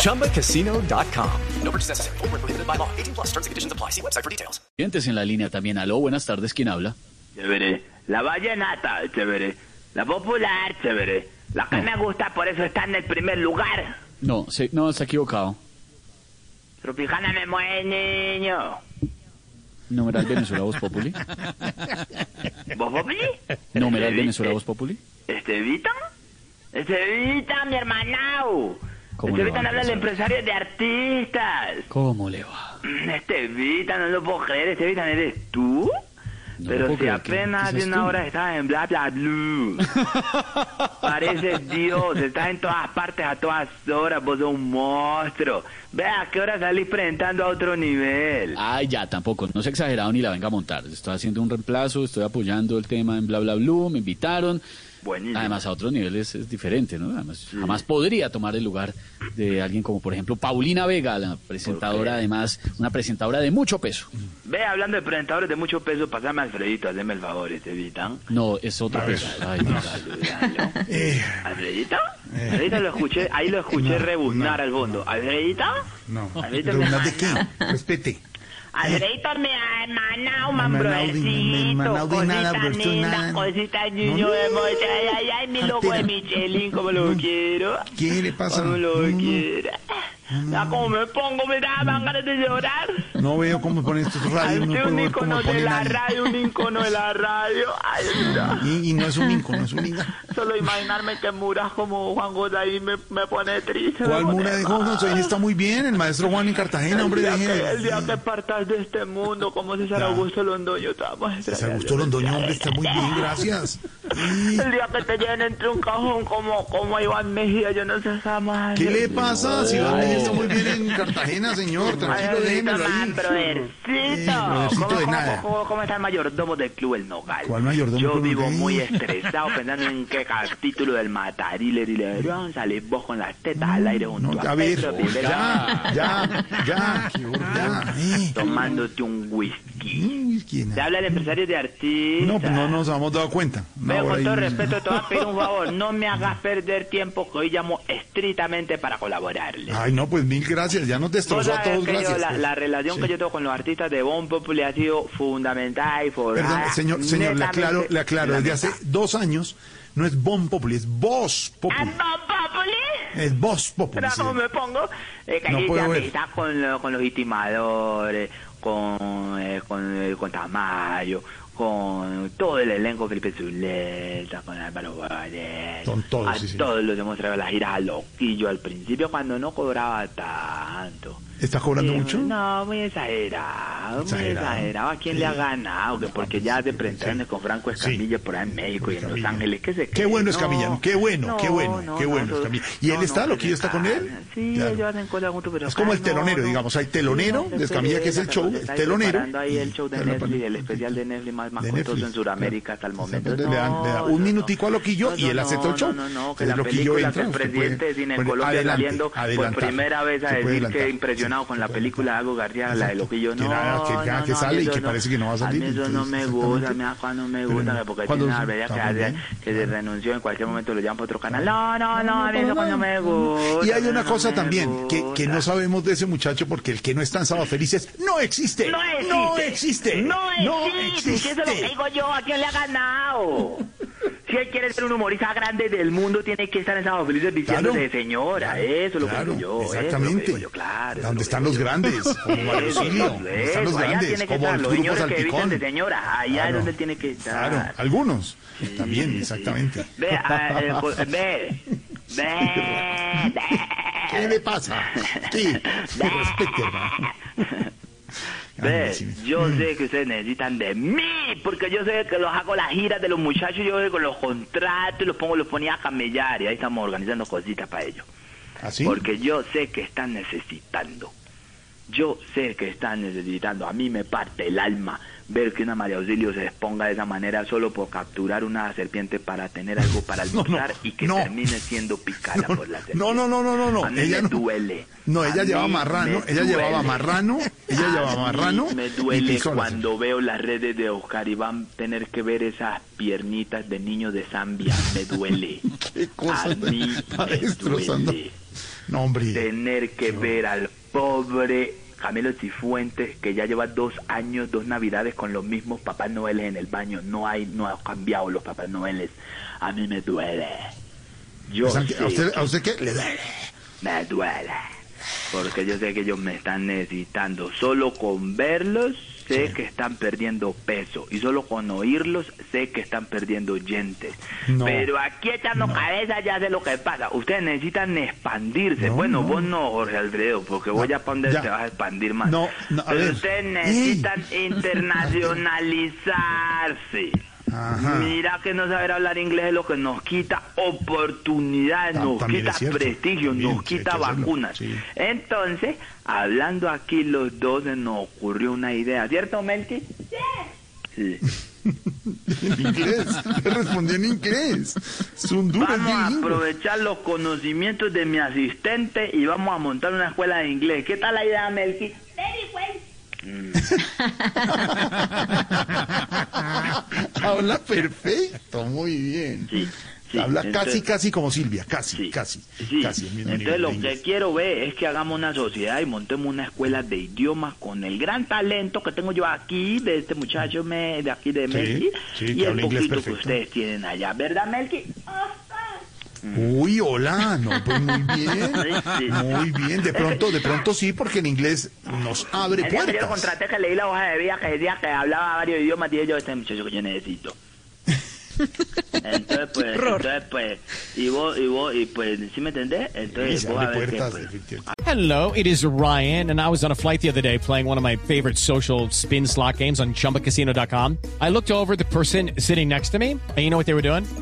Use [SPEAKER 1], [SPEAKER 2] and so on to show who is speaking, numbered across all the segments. [SPEAKER 1] ChumbaCasino.com. No purchase necessary. Void where prohibited by law. 18 plus terms and conditions apply. See website for details.
[SPEAKER 2] Clientes en la línea también. Aló, buenas tardes, ¿quién habla?
[SPEAKER 3] Chévere. La vallenata, chévere. La popular, chévere. La que me gusta, por eso está en el primer lugar.
[SPEAKER 2] No, se, no, está equivocado.
[SPEAKER 3] Tropijana me mueve, niño.
[SPEAKER 2] Numeral Venezuela Voz Populi.
[SPEAKER 3] ¿Vos, ¿Este Populi?
[SPEAKER 2] Numeral Venezuela Voz Populi.
[SPEAKER 3] ¿Estevita? Estevita, ¿Este mi hermanao.
[SPEAKER 2] ¿Cómo le va,
[SPEAKER 3] Estevita no habla de
[SPEAKER 2] empresario?
[SPEAKER 3] empresarios de artistas.
[SPEAKER 2] ¿Cómo le va?
[SPEAKER 3] Estevita, Este no lo puedo creer. Estevita, ¿eres tú?
[SPEAKER 2] No lo
[SPEAKER 3] Pero
[SPEAKER 2] puedo
[SPEAKER 3] si
[SPEAKER 2] creer, ¿qué-
[SPEAKER 3] apenas
[SPEAKER 2] qué
[SPEAKER 3] hace
[SPEAKER 2] dices
[SPEAKER 3] una
[SPEAKER 2] tú?
[SPEAKER 3] hora estás en bla bla blue. Pareces Dios, estás en todas partes a todas horas, vos sos un monstruo. Ve a qué hora salís presentando a otro nivel.
[SPEAKER 2] Ay, ya, tampoco. No se ha exagerado ni la venga a montar. Estoy haciendo un reemplazo, estoy apoyando el tema en Bla Bla Blue, me invitaron.
[SPEAKER 3] Buenísimo.
[SPEAKER 2] Además, a otros niveles es diferente, ¿no? Además, jamás podría tomar el lugar de alguien como, por ejemplo, Paulina Vega, la presentadora, además, una presentadora de mucho peso.
[SPEAKER 3] Ve hablando de presentadores de mucho peso, pasame a Alfredito, haceme el favor, este Estevita.
[SPEAKER 2] No, es otro peso. Ay, no.
[SPEAKER 4] Eh,
[SPEAKER 3] ¿Alfredito?
[SPEAKER 2] Eh.
[SPEAKER 3] ¿Alfredito lo escuché? Ahí lo escuché rebuznar al fondo. ¿Alfredito?
[SPEAKER 4] No,
[SPEAKER 3] ¿Alfredito mi
[SPEAKER 4] ¿Rebuznar de qué?
[SPEAKER 3] hermano?
[SPEAKER 4] Respete.
[SPEAKER 3] Alfredito mi hermanao,
[SPEAKER 4] Hermanao de-
[SPEAKER 3] mambroecito,
[SPEAKER 4] hermanao de nada,
[SPEAKER 3] cosita
[SPEAKER 4] brocho,
[SPEAKER 3] linda,
[SPEAKER 4] nada.
[SPEAKER 3] cosita
[SPEAKER 4] No,
[SPEAKER 3] niño
[SPEAKER 4] no,
[SPEAKER 3] de mocha, ay, ay, ay, mi loco de
[SPEAKER 4] cartera.
[SPEAKER 3] Michelin, como lo
[SPEAKER 4] No.
[SPEAKER 3] quiero.
[SPEAKER 4] ¿Qué le pasa?
[SPEAKER 3] Como lo
[SPEAKER 4] No, no.
[SPEAKER 3] quiero. Ya como me pongo, me da van ganas de llorar.
[SPEAKER 4] No veo cómo ponen estos
[SPEAKER 3] Ay,
[SPEAKER 4] radios, no
[SPEAKER 3] usted
[SPEAKER 4] puedo
[SPEAKER 3] un
[SPEAKER 4] ver
[SPEAKER 3] icono
[SPEAKER 4] cómo
[SPEAKER 3] de
[SPEAKER 4] ponen
[SPEAKER 3] la
[SPEAKER 4] nadie.
[SPEAKER 3] radio, un icono de la radio. Ay, mira.
[SPEAKER 4] Y, y no es un ícono, es un ícono.
[SPEAKER 3] Solo imaginarme que muras como Juan Godaí me, me pone triste. me
[SPEAKER 4] ¿Cuál
[SPEAKER 3] pone
[SPEAKER 4] mura de
[SPEAKER 3] mal.
[SPEAKER 4] Gómez? Ahí está muy bien, el maestro Juan en Cartagena, hombre.
[SPEAKER 3] El día, que, el
[SPEAKER 4] deje-
[SPEAKER 3] día que partas de este mundo, como César
[SPEAKER 4] Ya.
[SPEAKER 3] Augusto Londoño, te vamos a
[SPEAKER 4] César
[SPEAKER 3] extrañar
[SPEAKER 4] Augusto Londoño, hombre, está muy bien, gracias. Y-
[SPEAKER 3] El día que te lleven entre un cajón como, como a Iván Mejía, yo no sé esa madre.
[SPEAKER 4] ¿Qué le pasa? Si Iván Mejía está muy bien en Cartagena, señor, tranquilo, déjemelo ahí. Eh,
[SPEAKER 3] Brodercito.
[SPEAKER 4] brodercito de
[SPEAKER 3] ¿Cómo,
[SPEAKER 4] nada.
[SPEAKER 3] cómo, cómo, cómo está el mayordomo del Club El Nogal?
[SPEAKER 4] ¿Cuál mayordomo
[SPEAKER 3] Yo
[SPEAKER 4] del Club
[SPEAKER 3] vivo
[SPEAKER 4] Nogal?
[SPEAKER 3] muy estresado pensando en qué capítulo del Matarile y le salir vos con las tetas al aire junto
[SPEAKER 4] No,
[SPEAKER 3] a
[SPEAKER 4] a ver,
[SPEAKER 3] Pedro Rivera,
[SPEAKER 4] ya, ya, ya, qué
[SPEAKER 3] Ah.
[SPEAKER 4] horror, ya. eh.
[SPEAKER 3] tomándote un whisky.
[SPEAKER 4] Mm, whisky,
[SPEAKER 3] Se
[SPEAKER 4] nada.
[SPEAKER 3] habla de empresarios de artistas.
[SPEAKER 4] No, pues no nos hemos dado cuenta. No,
[SPEAKER 3] Pero
[SPEAKER 4] ahora
[SPEAKER 3] con
[SPEAKER 4] ahí
[SPEAKER 3] todo
[SPEAKER 4] mismo.
[SPEAKER 3] respeto, te voy a pedir un favor. No me hagas perder tiempo que hoy llamo estrictamente para colaborarle.
[SPEAKER 4] Ay, no, pues mil gracias, ya nos
[SPEAKER 3] Vos
[SPEAKER 4] destrozó a
[SPEAKER 3] sabes
[SPEAKER 4] todos,
[SPEAKER 3] que yo,
[SPEAKER 4] gracias.
[SPEAKER 3] la, la relación que yo tengo con los artistas de Bon Populi ha sido fundamental y forjada.
[SPEAKER 4] Perdón, señor, señor,
[SPEAKER 3] netamente
[SPEAKER 4] le aclaro, le
[SPEAKER 3] en
[SPEAKER 4] aclaro,
[SPEAKER 3] la
[SPEAKER 4] desde hace
[SPEAKER 3] mesa.
[SPEAKER 4] dos años no es Bon Populi, es Voz
[SPEAKER 3] ¿A
[SPEAKER 4] Populi.
[SPEAKER 3] Ah, Bon Populi?
[SPEAKER 4] Es Voz Populi.
[SPEAKER 3] Mira cómo
[SPEAKER 4] señor.
[SPEAKER 3] me pongo? Eh, que
[SPEAKER 4] No
[SPEAKER 3] ahí
[SPEAKER 4] puedo
[SPEAKER 3] ya
[SPEAKER 4] ver.
[SPEAKER 3] está con, lo- con los intimadores, con, eh, con, eh, con Tamayo, con todo el elenco Felipe Zuleta, con Álvaro Valle.
[SPEAKER 4] Son todos,
[SPEAKER 3] A
[SPEAKER 4] sí, señor.
[SPEAKER 3] todos los demostraba las giras a loquillo al principio cuando no cobraba tanto.
[SPEAKER 4] ¿Está cobrando
[SPEAKER 3] Eh,
[SPEAKER 4] mucho?
[SPEAKER 3] No, muy exagerado,
[SPEAKER 4] Exagerado.
[SPEAKER 3] muy exagerado. ¿A quién le ha ganado? Que porque ya de presentaciones con Franco
[SPEAKER 4] Sí.
[SPEAKER 3] Escamilla por ahí en México y en Los
[SPEAKER 4] Escamilla.
[SPEAKER 3] Ángeles. ¿Qué se
[SPEAKER 4] Qué bueno Escamilla, ¿no? Qué bueno, qué bueno, qué bueno
[SPEAKER 3] eso-
[SPEAKER 4] Escamilla. ¿Y él está,
[SPEAKER 3] que
[SPEAKER 4] Loquillo
[SPEAKER 3] se
[SPEAKER 4] está con
[SPEAKER 3] casan.
[SPEAKER 4] él?
[SPEAKER 3] ah, Sí,
[SPEAKER 4] Claro.
[SPEAKER 3] ellos hacen cosas juntos, pero
[SPEAKER 4] Es como
[SPEAKER 3] acá
[SPEAKER 4] el telonero, digamos, hay telonero
[SPEAKER 3] se
[SPEAKER 4] de Escamilla,
[SPEAKER 3] puede,
[SPEAKER 4] que es el
[SPEAKER 3] se
[SPEAKER 4] show,
[SPEAKER 3] puede, este
[SPEAKER 4] el
[SPEAKER 3] está ahí
[SPEAKER 4] telonero.
[SPEAKER 3] preparando ahí el show de
[SPEAKER 4] Está preparando.
[SPEAKER 3] Netflix, el especial de Netflix más, más
[SPEAKER 4] De
[SPEAKER 3] costoso
[SPEAKER 4] Netflix,
[SPEAKER 3] en Sudamérica
[SPEAKER 4] claro.
[SPEAKER 3] hasta el momento.
[SPEAKER 4] Pues Entonces, le dan- le dan
[SPEAKER 3] No,
[SPEAKER 4] un
[SPEAKER 3] no,
[SPEAKER 4] minutico
[SPEAKER 3] no.
[SPEAKER 4] a Loquillo y él acepta el show.
[SPEAKER 3] No, no, no, que
[SPEAKER 4] Entonces,
[SPEAKER 3] la
[SPEAKER 4] Loquillo
[SPEAKER 3] película
[SPEAKER 4] entra,
[SPEAKER 3] que el
[SPEAKER 4] usted puede-
[SPEAKER 3] presidente de Cine
[SPEAKER 4] bueno,
[SPEAKER 3] Colombia
[SPEAKER 4] adelante,
[SPEAKER 3] saliendo por
[SPEAKER 4] adelantar.
[SPEAKER 3] primera vez a
[SPEAKER 4] Se puede
[SPEAKER 3] decir que
[SPEAKER 4] adelantar,
[SPEAKER 3] impresionado
[SPEAKER 4] sí,
[SPEAKER 3] con
[SPEAKER 4] se
[SPEAKER 3] la
[SPEAKER 4] puede
[SPEAKER 3] película de Algo García, la de
[SPEAKER 4] Exacto.
[SPEAKER 3] Loquillo.
[SPEAKER 4] Que
[SPEAKER 3] No,
[SPEAKER 4] nada, que-
[SPEAKER 3] no,
[SPEAKER 4] que
[SPEAKER 3] no,
[SPEAKER 4] sale
[SPEAKER 3] a mí
[SPEAKER 4] y
[SPEAKER 3] eso
[SPEAKER 4] que parece que no va a salir,
[SPEAKER 3] mí eso no
[SPEAKER 4] entonces,
[SPEAKER 3] me
[SPEAKER 4] exactamente.
[SPEAKER 3] gusta, a mí acá no me
[SPEAKER 4] Pero
[SPEAKER 3] gusta,
[SPEAKER 4] no,
[SPEAKER 3] porque tiene
[SPEAKER 4] ¿cuándo
[SPEAKER 3] una
[SPEAKER 4] se-
[SPEAKER 3] bella que,
[SPEAKER 4] está muy
[SPEAKER 3] hace-
[SPEAKER 4] bien?
[SPEAKER 3] que se renunció en cualquier momento lo llaman para otro canal. No, no, no, a mí eso no me gusta.
[SPEAKER 4] Y hay una
[SPEAKER 3] no
[SPEAKER 4] cosa
[SPEAKER 3] me
[SPEAKER 4] también, que, que no
[SPEAKER 3] gusta.
[SPEAKER 4] sabemos de ese muchacho porque el que no está en Sábado Felices no existe.
[SPEAKER 3] No existe.
[SPEAKER 4] No existe.
[SPEAKER 3] No existe. Eso es lo que
[SPEAKER 4] existe.
[SPEAKER 3] digo yo. ¿A quién le ha ganado? Si él quiere ser un humorista grande del mundo, tiene que estar en Sábado Felices diciéndose
[SPEAKER 4] Claro.
[SPEAKER 3] señora.
[SPEAKER 4] Claro,
[SPEAKER 3] eso es lo
[SPEAKER 4] claro,
[SPEAKER 3] que digo yo. eso es lo que
[SPEAKER 4] Exactamente.
[SPEAKER 3] digo yo, claro. eso es lo
[SPEAKER 4] Donde
[SPEAKER 3] que
[SPEAKER 4] están
[SPEAKER 3] digo
[SPEAKER 4] los
[SPEAKER 3] yo.
[SPEAKER 4] grandes, como Mario
[SPEAKER 3] Eso,
[SPEAKER 4] Auxilio,
[SPEAKER 3] eso,
[SPEAKER 4] donde están los
[SPEAKER 3] allá tiene
[SPEAKER 4] grandes,
[SPEAKER 3] que
[SPEAKER 4] como
[SPEAKER 3] estar
[SPEAKER 4] el
[SPEAKER 3] los
[SPEAKER 4] grupo
[SPEAKER 3] señores que visten de
[SPEAKER 4] Salpicón.
[SPEAKER 3] señora. Allá es
[SPEAKER 4] Claro.
[SPEAKER 3] donde tiene que estar.
[SPEAKER 4] Claro, algunos también, exactamente.
[SPEAKER 3] Ve, a- eh, co- ve, ve,
[SPEAKER 4] ¿Qué
[SPEAKER 3] ve.
[SPEAKER 4] le pasa? Sí, sí, respete, hermano.
[SPEAKER 3] Ve,
[SPEAKER 4] Ay, sí.
[SPEAKER 3] yo sé que ustedes necesitan de mí, porque yo sé que los hago las giras de los muchachos, yo sé que los contrato y los pongo, los ponía a camellar y ahí estamos organizando cositas para ellos.
[SPEAKER 4] ¿Así?
[SPEAKER 3] Porque yo sé que están necesitando. Yo sé que están necesitando. A mí me parte el alma ver que una María Auxilio se exponga de esa manera solo por capturar una serpiente para tener algo para
[SPEAKER 4] No, no,
[SPEAKER 3] almorzar y que
[SPEAKER 4] no.
[SPEAKER 3] termine siendo picada
[SPEAKER 4] No,
[SPEAKER 3] por la serpiente.
[SPEAKER 4] no, no, no, no, no, no,
[SPEAKER 3] A mí
[SPEAKER 4] ella
[SPEAKER 3] me
[SPEAKER 4] no.
[SPEAKER 3] duele.
[SPEAKER 4] No,
[SPEAKER 3] A
[SPEAKER 4] ella
[SPEAKER 3] mí
[SPEAKER 4] llevaba
[SPEAKER 3] me
[SPEAKER 4] marrano, ella
[SPEAKER 3] duele.
[SPEAKER 4] llevaba marrano, ella
[SPEAKER 3] A
[SPEAKER 4] llevaba
[SPEAKER 3] mí
[SPEAKER 4] marrano.
[SPEAKER 3] Me
[SPEAKER 4] y
[SPEAKER 3] duele
[SPEAKER 4] pisolas.
[SPEAKER 3] cuando veo las redes de Oscar y van a tener que ver esas piernitas de niños de Zambia. Me duele.
[SPEAKER 4] Qué cosa
[SPEAKER 3] a mí
[SPEAKER 4] está
[SPEAKER 3] me
[SPEAKER 4] destrozando.
[SPEAKER 3] duele
[SPEAKER 4] No, hombre.
[SPEAKER 3] tener que ver al pobre Camilo Cifuentes que ya lleva dos años, dos navidades con los mismos Papá Noeles en el baño. No hay, no ha cambiado los Papá Noeles. A mí me duele. Yo
[SPEAKER 4] O sea, que
[SPEAKER 3] sé
[SPEAKER 4] ¿A usted,
[SPEAKER 3] que
[SPEAKER 4] a usted qué le duele?
[SPEAKER 3] me duele. Porque yo sé que ellos me están necesitando. Solo con verlos sé que están perdiendo peso. Y solo con oírlos sé que están perdiendo oyentes.
[SPEAKER 4] No.
[SPEAKER 3] Pero aquí echando cabeza ya sé lo que pasa. Ustedes necesitan expandirse.
[SPEAKER 4] No,
[SPEAKER 3] bueno,
[SPEAKER 4] no.
[SPEAKER 3] vos no, Jorge Alfredo, porque vos
[SPEAKER 4] No,
[SPEAKER 3] ya para dónde
[SPEAKER 4] ya.
[SPEAKER 3] te vas a expandir más.
[SPEAKER 4] No, no, a
[SPEAKER 3] Pero
[SPEAKER 4] ver.
[SPEAKER 3] ustedes necesitan internacionalizarse.
[SPEAKER 4] Ajá.
[SPEAKER 3] Mira que no saber hablar inglés es lo que nos quita oportunidades,
[SPEAKER 4] Ah,
[SPEAKER 3] nos
[SPEAKER 4] también
[SPEAKER 3] quita
[SPEAKER 4] es cierto.
[SPEAKER 3] prestigio,
[SPEAKER 4] También,
[SPEAKER 3] nos
[SPEAKER 4] sí, hay
[SPEAKER 3] quita
[SPEAKER 4] que hacerlo,
[SPEAKER 3] vacunas.
[SPEAKER 4] sí.
[SPEAKER 3] Entonces, hablando aquí los dos, se nos ocurrió una idea, ¿cierto, Melky? Sí.
[SPEAKER 4] En inglés. Le respondió en inglés. Es un duro es
[SPEAKER 3] Vamos a
[SPEAKER 4] bilingüe.
[SPEAKER 3] aprovechar los conocimientos de mi asistente y vamos a montar una escuela de inglés. ¿Qué tal la idea, Melky?
[SPEAKER 4] Habla perfecto, muy bien.
[SPEAKER 3] Sí, sí,
[SPEAKER 4] Habla casi,
[SPEAKER 3] entonces-
[SPEAKER 4] casi como Silvia, casi,
[SPEAKER 3] Sí,
[SPEAKER 4] casi,
[SPEAKER 3] sí.
[SPEAKER 4] casi. el mismo
[SPEAKER 3] Entonces
[SPEAKER 4] nivel
[SPEAKER 3] lo
[SPEAKER 4] de
[SPEAKER 3] que
[SPEAKER 4] inglés.
[SPEAKER 3] quiero ver es que hagamos una sociedad y montemos una escuela de idiomas con el gran talento que tengo yo aquí, de este muchacho me- de aquí de
[SPEAKER 4] Sí,
[SPEAKER 3] Melqui,
[SPEAKER 4] sí, que
[SPEAKER 3] y el
[SPEAKER 4] habla inglés
[SPEAKER 3] poquito que
[SPEAKER 4] perfecto.
[SPEAKER 3] ustedes tienen allá, ¿verdad Melqui?
[SPEAKER 4] Uy, hola, no, pues muy bien.
[SPEAKER 3] Sí, sí.
[SPEAKER 4] Muy bien, de pronto, de pronto sí, porque el inglés nos abre
[SPEAKER 3] El día que yo lo
[SPEAKER 4] puertas.
[SPEAKER 3] contraté que leí la hoja de vida que decía que hablaba varios idiomas, dije yo, este muchacho que yo necesito. Entonces pues, entonces pues, y vos, y vos, y pues, ¿sí me entendés?
[SPEAKER 4] Y
[SPEAKER 3] Entonces
[SPEAKER 4] se
[SPEAKER 3] vos a
[SPEAKER 4] abre
[SPEAKER 3] ver qué,
[SPEAKER 4] puertas,
[SPEAKER 3] pues.
[SPEAKER 4] definitivamente.
[SPEAKER 5] Hello, it is Ryan, and I was on a flight the other day playing one of my favorite social spin slot games on chumbacasino.com. I looked over at the person sitting next to me, and you know what they were doing?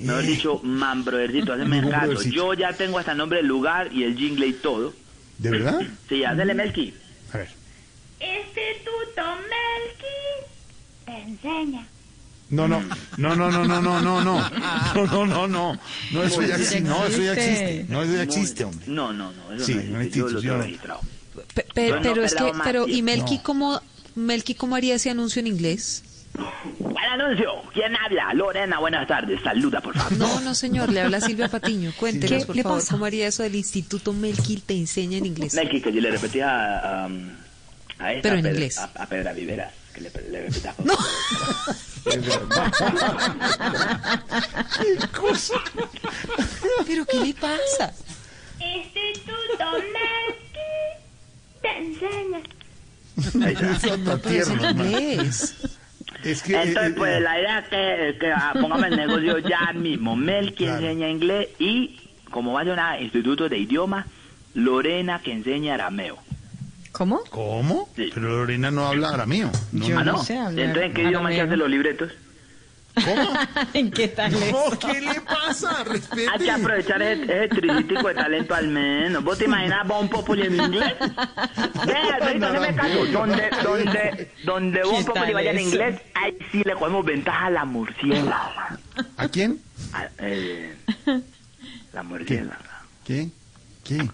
[SPEAKER 3] Mejor dicho, man, brodercito, hazme
[SPEAKER 4] Man,
[SPEAKER 3] caso.
[SPEAKER 4] brothercito.
[SPEAKER 3] Yo ya tengo hasta el nombre del lugar y el jingle y todo.
[SPEAKER 4] ¿De verdad?
[SPEAKER 3] Sí,
[SPEAKER 4] Mm,
[SPEAKER 3] hazle Melqui.
[SPEAKER 4] A ver.
[SPEAKER 6] Instituto Melqui te enseña.
[SPEAKER 4] No, no, no, no, no, no, no, no, no, no, no, no, no, no, eso ya existe, no, eso ya existe, no, eso ya existe, hombre.
[SPEAKER 3] No, no, no, eso
[SPEAKER 4] Sí,
[SPEAKER 3] no
[SPEAKER 4] una
[SPEAKER 3] existe. Yo lo tengo
[SPEAKER 4] institución.
[SPEAKER 3] registrado.
[SPEAKER 7] Pe- pe-
[SPEAKER 3] No, no,
[SPEAKER 7] pero es que,
[SPEAKER 3] perdón,
[SPEAKER 7] pero, ¿y
[SPEAKER 3] Martín.
[SPEAKER 7] Melqui
[SPEAKER 4] No.
[SPEAKER 7] cómo, Melqui cómo haría ese anuncio en inglés?
[SPEAKER 3] Buen anuncio. ¿Quién habla? Lorena, buenas tardes. Saluda, por favor.
[SPEAKER 7] No, no, señor, le habla Silvia Patiño. Cuéntenos,
[SPEAKER 4] ¿Qué
[SPEAKER 7] por
[SPEAKER 6] le
[SPEAKER 7] favor,
[SPEAKER 6] pasa?
[SPEAKER 7] cómo haría eso del Instituto Melqui te enseña en inglés.
[SPEAKER 3] Melqui, que yo le repetí a, um, a esta,
[SPEAKER 7] Pero en
[SPEAKER 3] a Pedro-
[SPEAKER 7] inglés.
[SPEAKER 3] A, a Pedra Viveras, que le, le repetí a
[SPEAKER 7] No,
[SPEAKER 4] Qué cosa.
[SPEAKER 7] pero ¿qué le pasa?
[SPEAKER 6] Instituto Melqui te enseña.
[SPEAKER 3] Ahí está.
[SPEAKER 4] Tan
[SPEAKER 7] Pero es en
[SPEAKER 4] tierno, man.
[SPEAKER 7] inglés.
[SPEAKER 4] Es que eh, eh,
[SPEAKER 3] Entonces, pues
[SPEAKER 4] eh,
[SPEAKER 3] la idea es que, que ah, pongamos el negocio ya mismo. Mel que
[SPEAKER 4] Claro.
[SPEAKER 3] enseña inglés y, como va a ser un instituto de idioma, Lorena que enseña arameo.
[SPEAKER 8] ¿Cómo?
[SPEAKER 4] ¿Cómo?
[SPEAKER 3] Sí.
[SPEAKER 4] Pero Lorena no habla ahora mío. No,
[SPEAKER 8] Yo
[SPEAKER 3] ¿Ah,
[SPEAKER 8] no
[SPEAKER 3] no?
[SPEAKER 8] sé hablar
[SPEAKER 3] Entonces, ¿en qué idioma es que
[SPEAKER 8] arameo.
[SPEAKER 3] hacen los libretos?
[SPEAKER 4] ¿Cómo?
[SPEAKER 8] ¿En qué tal es?
[SPEAKER 4] No, ¿qué le pasa? Respete.
[SPEAKER 3] Hay que aprovechar ese, ese trilítico de talento al menos. ¿Vos te imaginas Bon Populi en inglés? Vea, Alfredito, no me caso. Donde, donde, donde Bon
[SPEAKER 8] ¿Qué
[SPEAKER 3] Populi
[SPEAKER 8] tal
[SPEAKER 3] vaya en
[SPEAKER 8] eso?
[SPEAKER 3] inglés, ahí sí le cogemos ventaja a la murciélaga.
[SPEAKER 4] ¿A quién?
[SPEAKER 3] A- eh, la murciélaga.
[SPEAKER 4] ¿Qué? ¿Qué?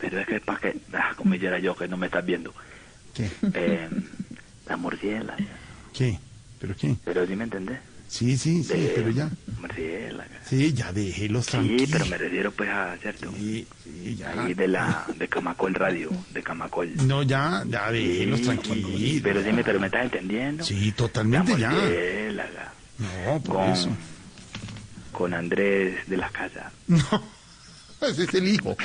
[SPEAKER 3] Pero es que para que, ah, como dijera yo, que no me estás viendo.
[SPEAKER 4] ¿Qué?
[SPEAKER 3] Eh, la murciélaga.
[SPEAKER 4] ¿Qué? ¿Pero qué?
[SPEAKER 3] Pero sí me entendés.
[SPEAKER 4] Sí, sí, sí,
[SPEAKER 3] Eh,
[SPEAKER 4] pero ya.
[SPEAKER 3] Murciélaga.
[SPEAKER 4] Sí, ya déjelos
[SPEAKER 3] Sí,
[SPEAKER 4] tranquilos.
[SPEAKER 3] pero me refiero pues a, ¿cierto?
[SPEAKER 4] Sí, sí, ya.
[SPEAKER 3] Ahí de la, de Camacol Radio, de Camacol.
[SPEAKER 4] No, ya, ya déjelos tranquilos.
[SPEAKER 3] Pero dime, pero me estás entendiendo.
[SPEAKER 4] Sí,
[SPEAKER 3] La
[SPEAKER 4] totalmente ya.
[SPEAKER 3] murciélaga.
[SPEAKER 4] No, por
[SPEAKER 3] Con,
[SPEAKER 4] eso.
[SPEAKER 3] con Andrés de la Casa.
[SPEAKER 4] No. Ese es el hijo.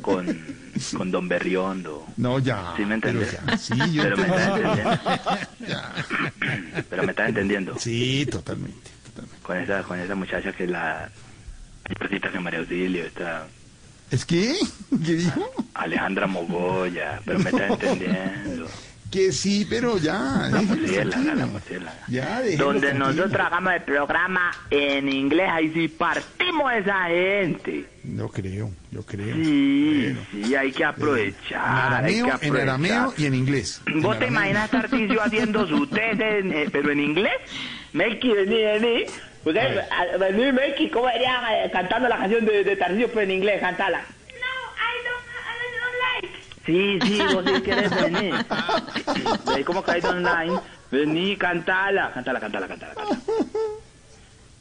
[SPEAKER 3] con, con Don Berriondo.
[SPEAKER 4] No, ya.
[SPEAKER 3] Sí, me
[SPEAKER 4] pero
[SPEAKER 3] entendés.
[SPEAKER 4] ya, Sí, yo
[SPEAKER 3] Pero me
[SPEAKER 4] entendí.
[SPEAKER 3] estás entendiendo.
[SPEAKER 4] Ya.
[SPEAKER 3] Pero me estás entendiendo.
[SPEAKER 4] Sí, totalmente. totalmente.
[SPEAKER 3] Con esa, con esa muchacha que es la deportista que María Auxilio, está
[SPEAKER 4] ¿Es que? ¿Qué dijo?
[SPEAKER 3] Alejandra Mogoya, pero me estás entendiendo.
[SPEAKER 4] Que sí, pero ya.
[SPEAKER 3] La
[SPEAKER 4] déjelo
[SPEAKER 3] murciélaga, la
[SPEAKER 4] tranquilo.
[SPEAKER 3] murciélaga.
[SPEAKER 4] Ya, déjelo
[SPEAKER 3] Donde
[SPEAKER 4] tranquilo.
[SPEAKER 3] nosotros hagamos el programa en inglés, ahí sí partimos a esa gente.
[SPEAKER 4] No creo, yo creo.
[SPEAKER 3] Sí,
[SPEAKER 4] Bueno.
[SPEAKER 3] sí, hay que
[SPEAKER 4] En
[SPEAKER 3] aprovechar. hay que
[SPEAKER 4] arameo, en
[SPEAKER 3] aprovechar.
[SPEAKER 4] arameo y en inglés. En
[SPEAKER 3] ¿Vos te
[SPEAKER 4] arameo.
[SPEAKER 3] imaginas Tarcisio haciendo su test, en, eh, pero en inglés?
[SPEAKER 9] Melky, vení, vení.
[SPEAKER 3] Pues, eh,
[SPEAKER 9] Ustedes, a- vení, Melky, ¿cómo sería eh, cantando la canción de, de Tarcillo, pero en inglés? Cantala.
[SPEAKER 6] No, I don't, I don't like.
[SPEAKER 3] Sí, sí, vos sí querés venir. Ve cómo caes online. Vení, cantala. Cantala, cantala, cantala. cantala.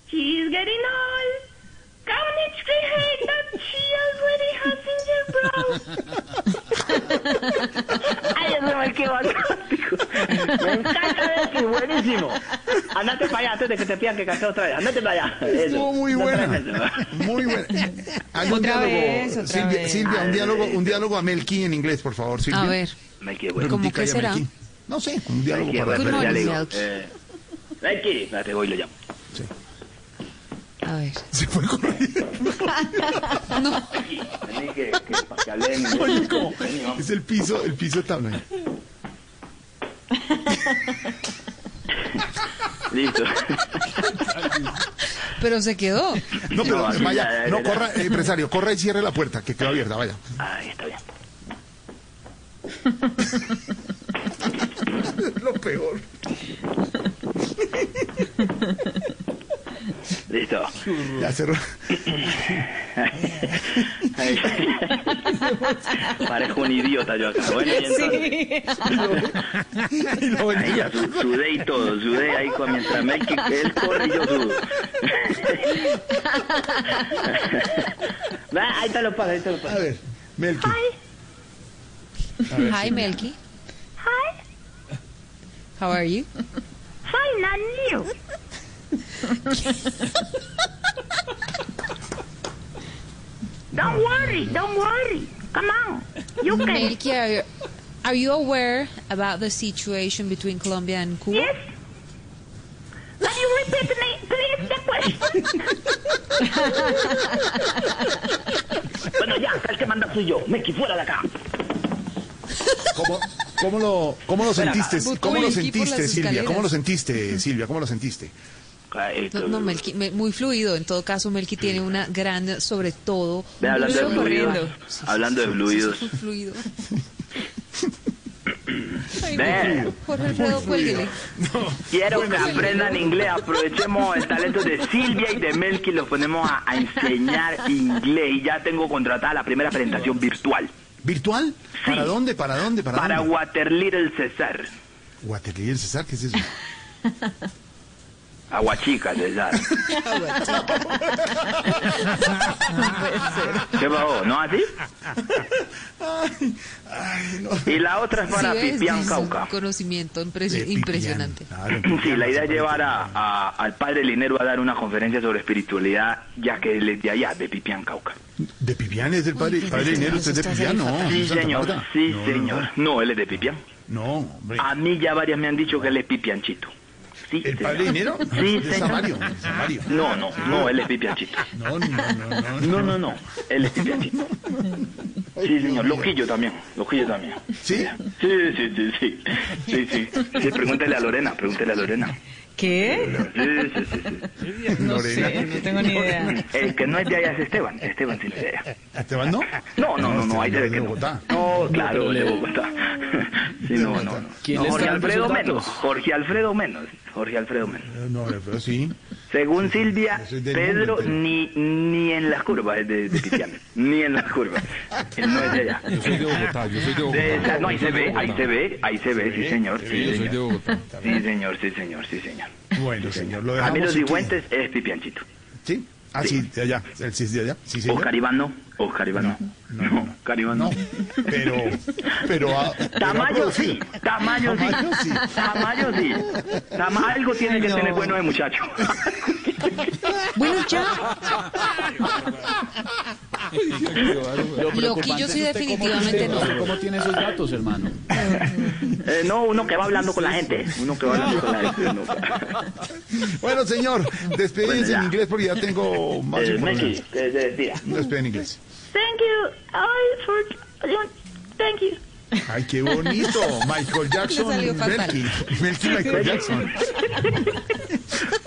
[SPEAKER 6] She's getting old. Down it's great hate that she already has in her brow.
[SPEAKER 9] Ay, ese Melky, fantástico. Me encanta, Melky, buenísimo. Andate para allá antes de que te pidan que cantes otra vez. Andate para allá.
[SPEAKER 4] Estuvo
[SPEAKER 9] Eso.
[SPEAKER 4] Oh, muy buena. Muy buena. Hay un
[SPEAKER 8] Otra
[SPEAKER 4] diálogo.
[SPEAKER 8] vez, otra
[SPEAKER 4] Silvia,
[SPEAKER 8] vez.
[SPEAKER 4] Silvia, un diálogo, un diálogo a Melqui en inglés, por favor, Silvia.
[SPEAKER 7] A ver,
[SPEAKER 3] Me quedé bueno.
[SPEAKER 7] ¿cómo
[SPEAKER 4] Rutica y
[SPEAKER 7] que
[SPEAKER 4] a
[SPEAKER 7] será?
[SPEAKER 4] Melqui. No sé, un diálogo
[SPEAKER 3] Me quedé
[SPEAKER 4] para
[SPEAKER 3] bueno,
[SPEAKER 7] Good
[SPEAKER 3] pero ya le digo.
[SPEAKER 7] morning, Alex.
[SPEAKER 3] eh, Melqui, espérate, voy y lo llamo.
[SPEAKER 7] A ver.
[SPEAKER 4] Se fue corriendo.
[SPEAKER 3] Vení, que, que, para que hable en inglés.
[SPEAKER 4] Oye, ¿cómo?
[SPEAKER 3] Vení, vamos.
[SPEAKER 4] Es el piso, el piso también.
[SPEAKER 3] Listo.
[SPEAKER 7] Pero se quedó.
[SPEAKER 4] No, pero
[SPEAKER 3] No, así ya,
[SPEAKER 4] vaya,
[SPEAKER 3] ya,
[SPEAKER 4] no
[SPEAKER 3] ya.
[SPEAKER 4] corra, eh, empresario, corra y cierre la puerta, que queda abierta, vaya.
[SPEAKER 3] Ahí está bien.
[SPEAKER 4] Lo peor.
[SPEAKER 3] Listo.
[SPEAKER 4] Ya cerró.
[SPEAKER 3] Ay. Parezco un idiota yo acá. Bueno, y entonces,
[SPEAKER 8] Sí.
[SPEAKER 4] Y lo
[SPEAKER 3] ahí
[SPEAKER 4] venía.
[SPEAKER 3] ya su- sudé y todo, sudé ahí con, mientras Melqui, él corre y yo sudo.
[SPEAKER 9] Va, ahí te lo paso, ahí te lo paso.
[SPEAKER 4] A ver, Melqui.
[SPEAKER 7] Hi, Melky.
[SPEAKER 6] Hi,
[SPEAKER 7] How are you?
[SPEAKER 6] fine, and you? don't worry, don't worry. Come on, you can.
[SPEAKER 7] Melky, are you, are you aware about the situation between Colombia and Cuba?
[SPEAKER 6] Yes. Can you repeat me, please, the question?
[SPEAKER 9] Bueno, ya, acá el que manda soy yo. Melky, fuera de acá.
[SPEAKER 4] ¿Cómo, cómo lo, cómo lo sentiste?
[SPEAKER 7] Botó
[SPEAKER 4] ¿Cómo lo
[SPEAKER 7] el equipo en las
[SPEAKER 4] sentiste, Silvia?
[SPEAKER 7] escaleras.
[SPEAKER 4] ¿Cómo lo sentiste, Silvia? ¿Cómo lo sentiste?
[SPEAKER 3] Ay,
[SPEAKER 7] No,
[SPEAKER 3] esto-
[SPEAKER 7] no, Melqui, me- muy fluido. En todo caso, Melky tiene una gran, sobre todo,
[SPEAKER 3] Ve, hablando de
[SPEAKER 7] mucho
[SPEAKER 3] fluidos.
[SPEAKER 7] corrido.
[SPEAKER 3] Hablando de fluidos.
[SPEAKER 7] Sí, sí, fue fluido.
[SPEAKER 3] Ve,
[SPEAKER 7] Jorge Alfredo, cuélguele.
[SPEAKER 3] quiero que aprendan inglés. Aprovechemos el talento de Silvia y de Melqui. Los ponemos a, a enseñar inglés. Y ya tengo contratada la primera presentación virtual
[SPEAKER 4] ¿Virtual? ¿Para dónde? ¿Para dónde? ¿Para,
[SPEAKER 3] para
[SPEAKER 4] dónde?
[SPEAKER 3] Waterlittle Cesar.
[SPEAKER 4] Guatemala y el César, ¿qué es eso?
[SPEAKER 3] Aguachica, Cesar. ¿Qué pasó? ¿No así? Y la otra es para
[SPEAKER 7] Si ves,
[SPEAKER 3] Pipián
[SPEAKER 7] dices,
[SPEAKER 3] Cauca.
[SPEAKER 7] un conocimiento impresi-
[SPEAKER 4] De Pipián, Ah.
[SPEAKER 7] impresionante.
[SPEAKER 4] claro.
[SPEAKER 3] Sí, la idea es llevar a, a- al padre Linero a dar una conferencia sobre espiritualidad, ya que él es de allá, de Pipián Cauca.
[SPEAKER 4] ¿De Pipián es del padre?
[SPEAKER 7] Uy,
[SPEAKER 4] ¿Padre
[SPEAKER 7] pero
[SPEAKER 4] dinero?
[SPEAKER 7] eso
[SPEAKER 4] ¿Usted es de
[SPEAKER 7] está
[SPEAKER 4] Pipián? No.
[SPEAKER 3] Sí,
[SPEAKER 4] ¿es de Santa
[SPEAKER 3] señor,
[SPEAKER 4] Marta?
[SPEAKER 3] sí,
[SPEAKER 4] No, no,
[SPEAKER 3] señor. No, él es de Pipián.
[SPEAKER 4] No, No, hombre.
[SPEAKER 3] A mí ya varias me han dicho que él es Pipianchito. Sí,
[SPEAKER 4] ¿El
[SPEAKER 3] señor.
[SPEAKER 4] padre dinero?
[SPEAKER 3] Sí,
[SPEAKER 4] Es
[SPEAKER 3] señor.
[SPEAKER 4] Samario. es Samario.
[SPEAKER 3] No, no, no, él es Pipianchito.
[SPEAKER 4] No, no, no, no.
[SPEAKER 3] No, no, no, él es Pipianchito. Sí, señor, loquillo también, loquillo también.
[SPEAKER 4] ¿Sí?
[SPEAKER 3] Sí, sí, sí, sí, sí, sí. Sí, pregúntale a Lorena, pregúntale a Lorena.
[SPEAKER 8] ¿Qué?
[SPEAKER 3] Sí, sí, sí, sí.
[SPEAKER 8] No
[SPEAKER 4] Lorena.
[SPEAKER 8] sé, no tengo ni idea.
[SPEAKER 3] El que no es de allá es Esteban, Esteban sí es de allá.
[SPEAKER 4] ¿Esteban ¿Ah, no?
[SPEAKER 3] No, no, no, no,
[SPEAKER 4] Esteban
[SPEAKER 3] ahí
[SPEAKER 4] es
[SPEAKER 3] debe
[SPEAKER 4] de
[SPEAKER 3] que no.
[SPEAKER 4] Bogotá.
[SPEAKER 3] No, claro,
[SPEAKER 2] pero
[SPEAKER 3] de
[SPEAKER 2] le-
[SPEAKER 3] Bogotá. Sí, no, no, no.
[SPEAKER 2] ¿Quién
[SPEAKER 3] No,
[SPEAKER 2] le
[SPEAKER 3] Jorge
[SPEAKER 2] está dando
[SPEAKER 3] Alfredo
[SPEAKER 2] esos
[SPEAKER 3] menos,
[SPEAKER 2] datos?
[SPEAKER 3] Jorge Alfredo menos, Jorge Alfredo menos.
[SPEAKER 4] Eh, No, pero sí.
[SPEAKER 3] Según Silvia,
[SPEAKER 4] yo soy del
[SPEAKER 3] Pedro
[SPEAKER 4] mundo entero.
[SPEAKER 3] ni, ni en las curvas es de, de Cristiano, ni en las curvas. Él no es de allá.
[SPEAKER 10] Yo soy de Bogotá, yo soy de Bogotá.
[SPEAKER 3] De esa- no, ahí
[SPEAKER 10] Yo soy
[SPEAKER 3] se
[SPEAKER 10] de
[SPEAKER 3] ve, ahí
[SPEAKER 10] Bogotá.
[SPEAKER 3] se ve, ahí se ve, sí señor, sí
[SPEAKER 10] Yo soy de
[SPEAKER 3] señor.
[SPEAKER 10] Bogotá.
[SPEAKER 3] Sí señor, sí señor, sí señor.
[SPEAKER 4] Bueno, señor, lo dejamos
[SPEAKER 3] Camilo
[SPEAKER 4] aquí.
[SPEAKER 3] Cifuentes es Pipianchito.
[SPEAKER 4] Sí, Ah, sí, de allá. El CIS de allá. Sí,
[SPEAKER 3] O
[SPEAKER 4] señor.
[SPEAKER 3] Caribán no. O Caribán no. No, Caribán no.
[SPEAKER 4] Pero, pero. ah, pero ha
[SPEAKER 3] Tamayo
[SPEAKER 4] producido.
[SPEAKER 3] sí. Tamayo sí.
[SPEAKER 4] Tamayo sí.
[SPEAKER 3] Tamayo sí. Tama- algo tiene que tener bueno de muchacho.
[SPEAKER 7] Bueno, ya. Loquillo sí definitivamente no.
[SPEAKER 2] ¿Cómo tiene esos datos, hermano?
[SPEAKER 3] Eh, no, uno que va hablando con la gente. Uno que va hablando con la gente. uno que-
[SPEAKER 4] Bueno, señor, despedimos
[SPEAKER 3] Bueno, ya.
[SPEAKER 4] en inglés porque ya tengo más
[SPEAKER 3] Eh,
[SPEAKER 4] información.
[SPEAKER 3] Messi, eh, eh, tira.
[SPEAKER 4] Despedida en inglés.
[SPEAKER 6] Thank you all for. Thank you.
[SPEAKER 4] Ay, qué bonito. Michael Jackson.
[SPEAKER 7] Le salió fatal.
[SPEAKER 4] Melky. Melky Michael Jackson.